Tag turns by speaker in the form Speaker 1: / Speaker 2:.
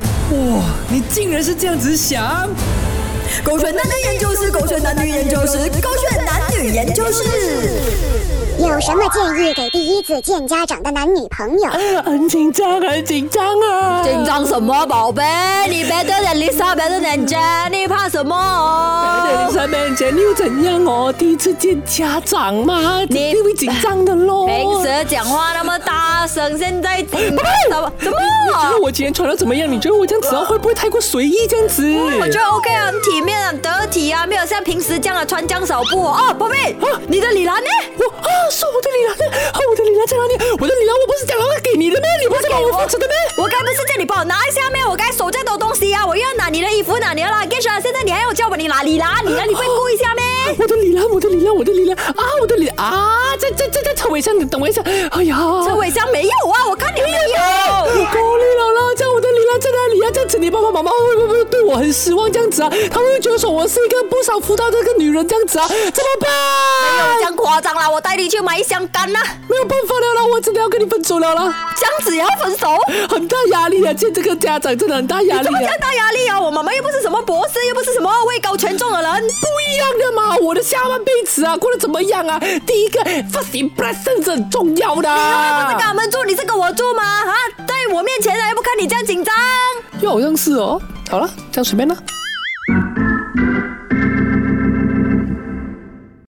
Speaker 1: 哇，你竟然是这样子想！
Speaker 2: 狗血男女研究室，狗血男女研究室，狗血男女研究室。
Speaker 3: 有什么建议给第一次见家长的男女朋友？
Speaker 4: 很紧张，很紧张啊！
Speaker 2: 紧张什么，宝贝？你 better than Lisa, better than Jenny，怕什么？
Speaker 4: 三妹姐，你又怎样哦？第一次见家长嘛，你定会紧张的咯。
Speaker 2: 平时讲话那么大声，现在紧张什么？什
Speaker 4: 你觉得
Speaker 2: 么？
Speaker 4: 我今天穿的怎么样？你觉得我这样子哦会不会太过随意这样子？
Speaker 2: 我觉得 OK 啊，很体面，很得体啊，没有像平时这样的穿江少布哦。哦宝贝，你的李兰呢？
Speaker 4: 我啊，是我的李兰，啊，我的李兰在哪里？我的李兰，我不是讲了要给你的咩？你不是把我放着的咩？
Speaker 2: 我该不是叫你帮我拿一下咩？我该手这么多东西啊！我又要拿你的衣服，拿你的 luggage 啊！现在你还要叫我你拿李兰，李兰你会顾一下咩？
Speaker 4: 我的李兰，我的李兰，我的李兰啊，我的李兰啊，在在在在车尾上，等我一下。哎呀，
Speaker 2: 这尾箱没有啊，我看你没有。
Speaker 4: 我够力了啦！这样我的李兰在哪里啊？这样子你爸爸妈妈会不会对我很失望？这样子啊，他们会觉得说我是一个不少辅导这个女人这样子啊，怎么办？
Speaker 2: 哎这样夸张啦，我带你去买一箱干啦、
Speaker 4: 没有办法了啦，我真的要跟你分手了啦，
Speaker 2: 这样子也要分手？
Speaker 4: 很大压力啊！见这个家长真的很大压力
Speaker 2: 怎么这
Speaker 4: 啊
Speaker 2: 样。大压力啊？我妈妈又不是什么博士，又不是什么位高权重的人。
Speaker 4: 不一样的嘛，我的下半辈子啊，过得怎么样啊？第一个 first impression 是很重要的啊。
Speaker 2: 不是跟他们住，你是跟我住吗？啊，在我面前啊，又不看你这样紧张。
Speaker 4: 又好像是哦。好了，这样随便啦。